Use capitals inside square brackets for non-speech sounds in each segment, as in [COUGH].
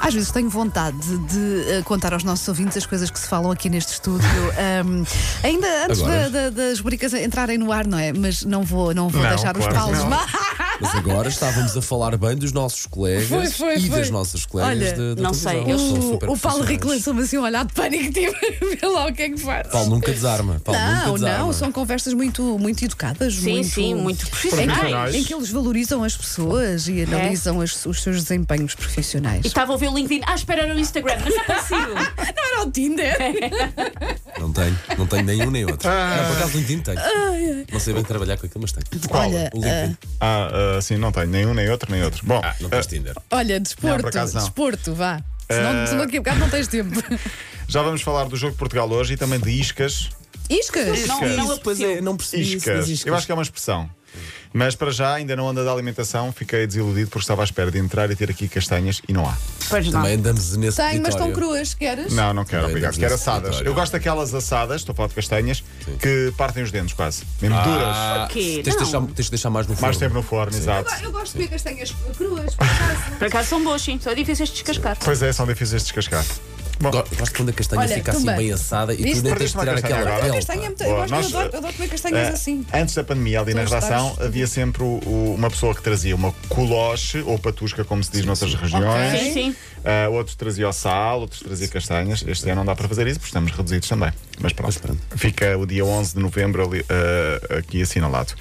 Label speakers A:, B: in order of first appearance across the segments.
A: Às vezes tenho vontade de, de, eh, contar aos nossos ouvintes as coisas que se falam aqui neste estúdio. Ahm, ainda antes
B: Agora?
A: da- da- das rubricas entrarem no ar, não é? Mas não vou, não vou
C: Não,
A: deixar os
C: claro
A: palos.
C: que não.
A: Mas-
B: Mas agora estávamos a falar bem dos nossos colegas
A: Foi, foi,
B: e
A: foi.
B: das nossas colegas
A: Olha,
B: da, da
D: não
B: televisão.
D: sei,
B: Eles
D: eu-
B: são super
A: o, o Paulo
B: profissionais.
A: Rico lançou-me assim um olhar de pânico, [LAUGHS] tipo, vê lá o que é que faz.
B: Paulo nunca desarma. Paulo nunca
A: Não,
B: desarma.
A: não, são conversas muito, muito educadas,
D: Sim,
A: muito,
D: sim, muito
A: Em
D: profissionais.
A: que, em que eles valorizam as pessoas e analisam as- os seus desempenhos
D: E
A: profissionais.
D: estava a ouvir o LinkedIn. Ah, espera, era o Instagram, mas é parecido.
A: Não era o Tinder?
B: Não tenho, não tenho nenhum nem outro. Não, por acaso LinkedIn tenho. Não sei bem trabalhar com aquilo, mas tenho.
C: Qual?
A: Olha,
B: O LinkedIn.
C: Ah, ah, sim, não tenho nenhum, nem outro, nem outro. Bom,
B: Não
C: ah,
B: tens Tinder.
A: Olha, desporto,
C: Não, por acaso não.
A: desporto, vá. Senão, senão daqui a bocado não tens tempo.
C: já vamos falar do jogo de Portugal hoje e também de iscas.
A: Iscas?
D: Não, não
B: Isso, pois é,
D: apareceu.
B: não percebi isso das
C: Iscas. Eu acho que é uma expressão. Mas para já, ainda não anda da alimentação, fiquei desiludido porque estava à espera de entrar e ter aqui castanhas e não há.
D: Pois não.
B: Também andamos nesse
A: Tenho, mas estão
B: território.
A: cruas, queres?
C: Não, não quero,
B: Também
C: obrigado.
B: temos
C: Quero
B: esse
C: assadas.
B: território.
C: Eu gosto daquelas assadas, estou a falar de castanhas, que partem os dentes quase. Mesmo duras.
B: Ah,
D: O quê?
B: tens, de
D: Não.
B: deixar, tens de deixar mais no forno.
C: Mais tempo no forno, exato.
A: Eu gosto de comer castanhas cruas, por acaso.
D: Por acaso são boas, sim. São difíceis de descascar.
C: Pois é, são difíceis de descascar. Bom,
B: Go- Gosto quando a castanha
A: Olha,
B: fica assim
A: tumba.
B: bem assada e
A: Isto-
B: tu nem tens
C: Perdeste
B: de
C: uma
B: tirar
C: castanha
B: aquela
C: agora.
A: Uma
B: pele.
A: castanha é muito. Eu
C: Boa,
A: gosto,
C: nós-
A: eu, adoro, eu adoro comer castanhas
C: eh,
A: assim.
C: Antes da pandemia, ali na
A: Todos
C: redação,
A: estares.
C: havia sempre o- o- uma pessoa que trazia uma coloche ou patusca, como se diz noutras regiões.
A: Ok.
D: Sim, sim.
C: Ah, outros trazia o sal, outros trazia castanhas. Este ano não dá para fazer isso, porque estamos reduzidos também. Mas pronto.
B: Mas pronto.
C: Fica o dia 11 de novembro ali, ah, aqui assinalado.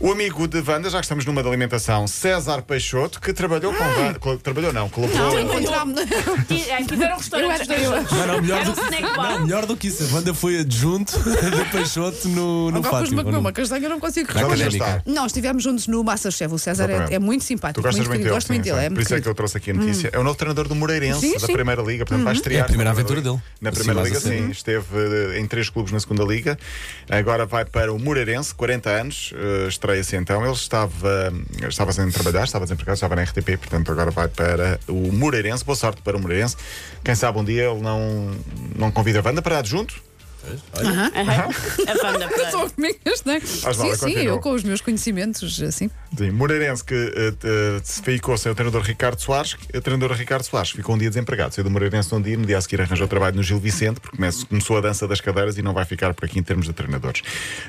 C: O amigo de Wanda, já que estamos numa de alimentação, César Peixoto, que trabalhou com Wanda. co- Trabalhou não, colaborou.
A: Encontrámos.
D: Ti- eh, Tiveram
A: [LAUGHS] Eu
D: restaurantes
A: acho
D: os dois
A: que eu-
D: juntos.
B: Não, não, melhor
D: Era
B: do,
D: um snack bar.
B: não, Ah, melhor do que isso. A banda foi adjunto [LAUGHS] do Peixoto no, no
A: Agora
B: Fátima.
A: pus-me a comer
B: ou
A: uma
B: não?
A: castanha, eu não consigo
C: Já lá já
A: recolher.
C: está.
A: Nós estivemos juntos no Masterchef. O César é,
C: Exatamente.
A: é muito
C: Tu
A: simpático.
C: gostas
A: muito
C: muito
A: querido.
C: dele.
A: Gosto muito
C: sim,
A: dele.
C: sim.
A: É
C: Por
A: muito
C: isso é que
A: querido.
C: eu trouxe aqui a notícia. É o novo treinador do Moreirense,
A: Sim, Hum.
C: da
A: sim.
C: Primeira Liga. Portanto, vai estrear.
B: É a primeira
C: na
B: aventura
C: Liga.
B: dele.
C: Na
B: Sim,
C: Primeira
B: mais
C: Liga,
B: a sério.
C: sim. Esteve eh, em três clubes na Segunda Liga. Agora vai para o Moreirense, 40 anos. eh, Estreia-se então. Ele estava, eh, estava sem trabalhar, estava desempregado, estava na RTP. Portanto, agora vai para o Moreirense. Boa sorte para o Moreirense. Quem sabe um dia ele não, não convida a banda para adjunto.
D: A banda,
A: Eu estou a comer castanha.
C: Faz mal,
A: é? Sim, sim,
C: continua.
A: eu com os meus conhecimentos, assim.
C: Sim, Moreirense que eh, eh, se ficou sem o treinador Ricardo Soares, que- o treinador Ricardo Soares ficou um dia desempregado. Saiu do Moreirense um dia, no dia a seguir arranjou trabalho no Gil Vicente, porque começa- começou a dança das cadeiras e não vai ficar por aqui em termos de treinadores.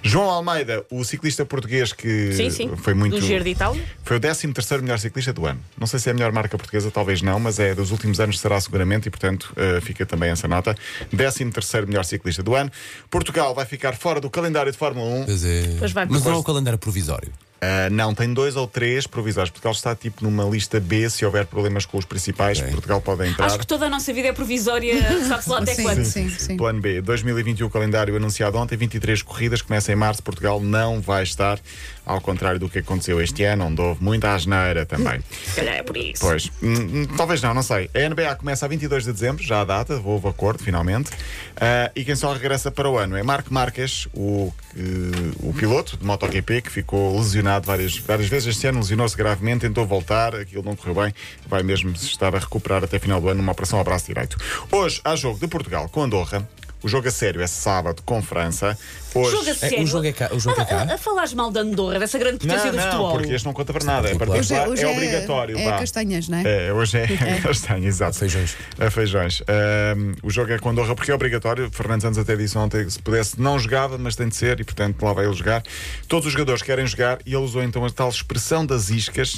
C: João Almeida, o ciclista português que
D: Sim, sim.
C: foi muito.
D: Do Giro de Itália.
C: Foi o 13 melhor ciclista do ano. Não sei se é a melhor marca portuguesa, talvez não, mas é dos últimos anos será seguramente e, portanto, eh, fica também essa nota. 13 melhor ciclista do ano. Portugal vai ficar fora do calendário de Fórmula 1.
B: Pois é.
D: Pois vai,
B: mas não é
D: depois-
B: o calendário provisório.
C: Uh, não, tem dois ou três provisórios. Portugal está tipo numa lista B. Se houver problemas com os principais, Portugal pode entrar.
D: Acho que toda a nossa vida é provisória, sabe-se lá até
A: Sim,
D: quando.
A: sim, sim.
C: Plano B, 2021, o um calendário anunciado ontem, 23 corridas, começa em março. Portugal não vai estar, ao contrário do que aconteceu este ano, onde houve muita asneira também.
D: Se calhar é por isso.
C: Pois, hum, hum, talvez não, não sei. A NBA começa a 22 de dezembro, já a data, houve acordo finalmente. Ah, e quem só regressa para o ano é Marco Marques, o, que- o piloto de MotoGP, que ficou lesionado várias, várias vezes este ano, lesionou-se gravemente, tentou voltar, aquilo não correu bem, vai mesmo estar a recuperar até final do ano numa operação ao braço direito. Hoje há jogo de Portugal com Andorra. O jogo a sério é sábado com França. Hoje...
D: Jogo a
B: É,
D: sério.
B: o jogo é cá- o jogo
D: Ah,
B: é cá?
D: A, a falares mal da Andorra, dessa grande potência
C: Não,
D: do
C: não,
D: futebol.
C: porque este não conta para nada. É,
B: Sim,
C: para
B: claro.
A: Hoje é-
C: lá,
A: hoje
C: é
A: é-
C: obrigatório.
A: é
C: vá.
A: castanhas, não é?
C: É, hoje é, [LAUGHS] castanha, exato.
B: Feijões.
C: A feijões. Ahm, o jogo é com Andorra porque é obrigatório. Fernando Santos até disse ontem que se pudesse não jogava, mas tem de ser e, portanto, lá vai ele jogar. Todos os jogadores querem jogar e ele usou então a tal expressão das iscas.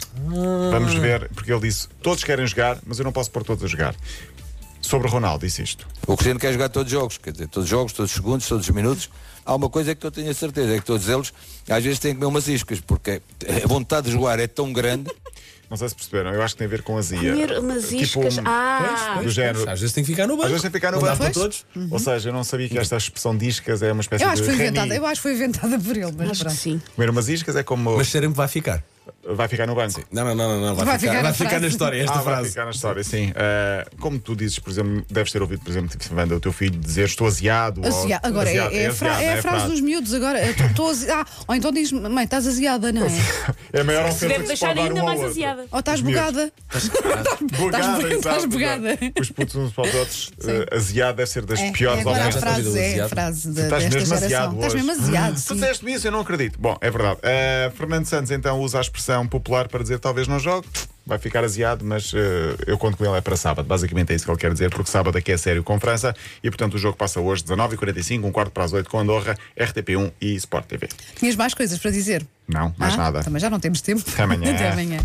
C: Vamos ver, porque ele disse: todos querem jogar, mas eu não posso pôr todos a jogar. Sobre Ronaldo, disse isto.
E: O Cristiano quer jogar todos os jogos, quer dizer, todos os jogos, todos os segundos, todos os minutos. Há uma coisa que eu tenho a certeza, é que todos eles às vezes têm que comer umas iscas, porque a vontade de jogar é tão grande.
C: Não sei se perceberam, eu acho que tem a ver com azia.
D: Comer umas iscas.
C: Tipo,
D: ah!
C: do género.
B: Às vezes tem que ficar no banco.
C: Às vezes tem que ficar no
B: Não dá
C: banco.
B: para todos.
C: Ou seja, eu não sabia que esta expressão de iscas é uma espécie
A: Eu acho
C: de
A: que foi
C: reni.
A: inventada, eu acho que foi inventada por ele, mas
D: Acho que
A: pronto.
D: sim.
C: Comer umas iscas é como
B: Mas serem que vai ficar.
C: vai ficar no banco.
B: Não, não, não, não, não. Vai,
A: Vai
B: ficar,
A: ficar
B: vai
A: na
B: ficar na
A: frase.
B: história esta
C: ah, vai
B: frase.
C: ficar na história, sim. Ah, como tu dizes, por exemplo, deves ter ouvido, por exemplo, tipo, Wanda, o teu filho dizer estou aziado. ou-
A: Azia- Agora,
C: aziado,
A: é, é a fra-
C: aziado, né?
A: é a
C: não
A: frase dos miúdos agora. Eu tô- tô azi- ah, ou então diz mãe, estás aziada, não é?
C: É a maior ofensa
D: deve
C: que se
D: deixar
C: pode dar
D: ainda
C: um ao
D: mais
C: outro.
D: aziada.
A: Ou Oh, estás
C: Os miúdos.
A: bugada. Estás-
C: Bugada,
A: estás
C: exato,
A: bugada.
C: exato. Os putos uns para os outros. ah, aziado deve ser das
A: É,
C: piores
A: é agora a
C: ofensas.
A: frase, é a
B: Aziada.
A: frase da-
C: Estás
A: desta
C: mesmo
A: geração.
C: aziado
A: Estás
C: hoje.
A: mesmo aziado,
C: Tu
A: sim.
C: disseste isso, eu não acredito. Bom, é verdade. Ah, Fernando Santos então usa a expressão popular para dizer talvez não jogue. vai ficar aziado, mas eh, eu conto com ele é para sábado. Basicamente é isso que ele quer dizer, porque sábado aqui é sério com França e, portanto, o jogo passa hoje 19h45, um quarto para as 8 com Andorra, RTP1 e Sport TV.
A: Tinhas mais coisas para dizer?
C: Não, mais
A: Ah,
C: nada.
A: Também já não temos tempo.
C: Até
A: [LAUGHS]
C: amanhã.
A: Até amanhã.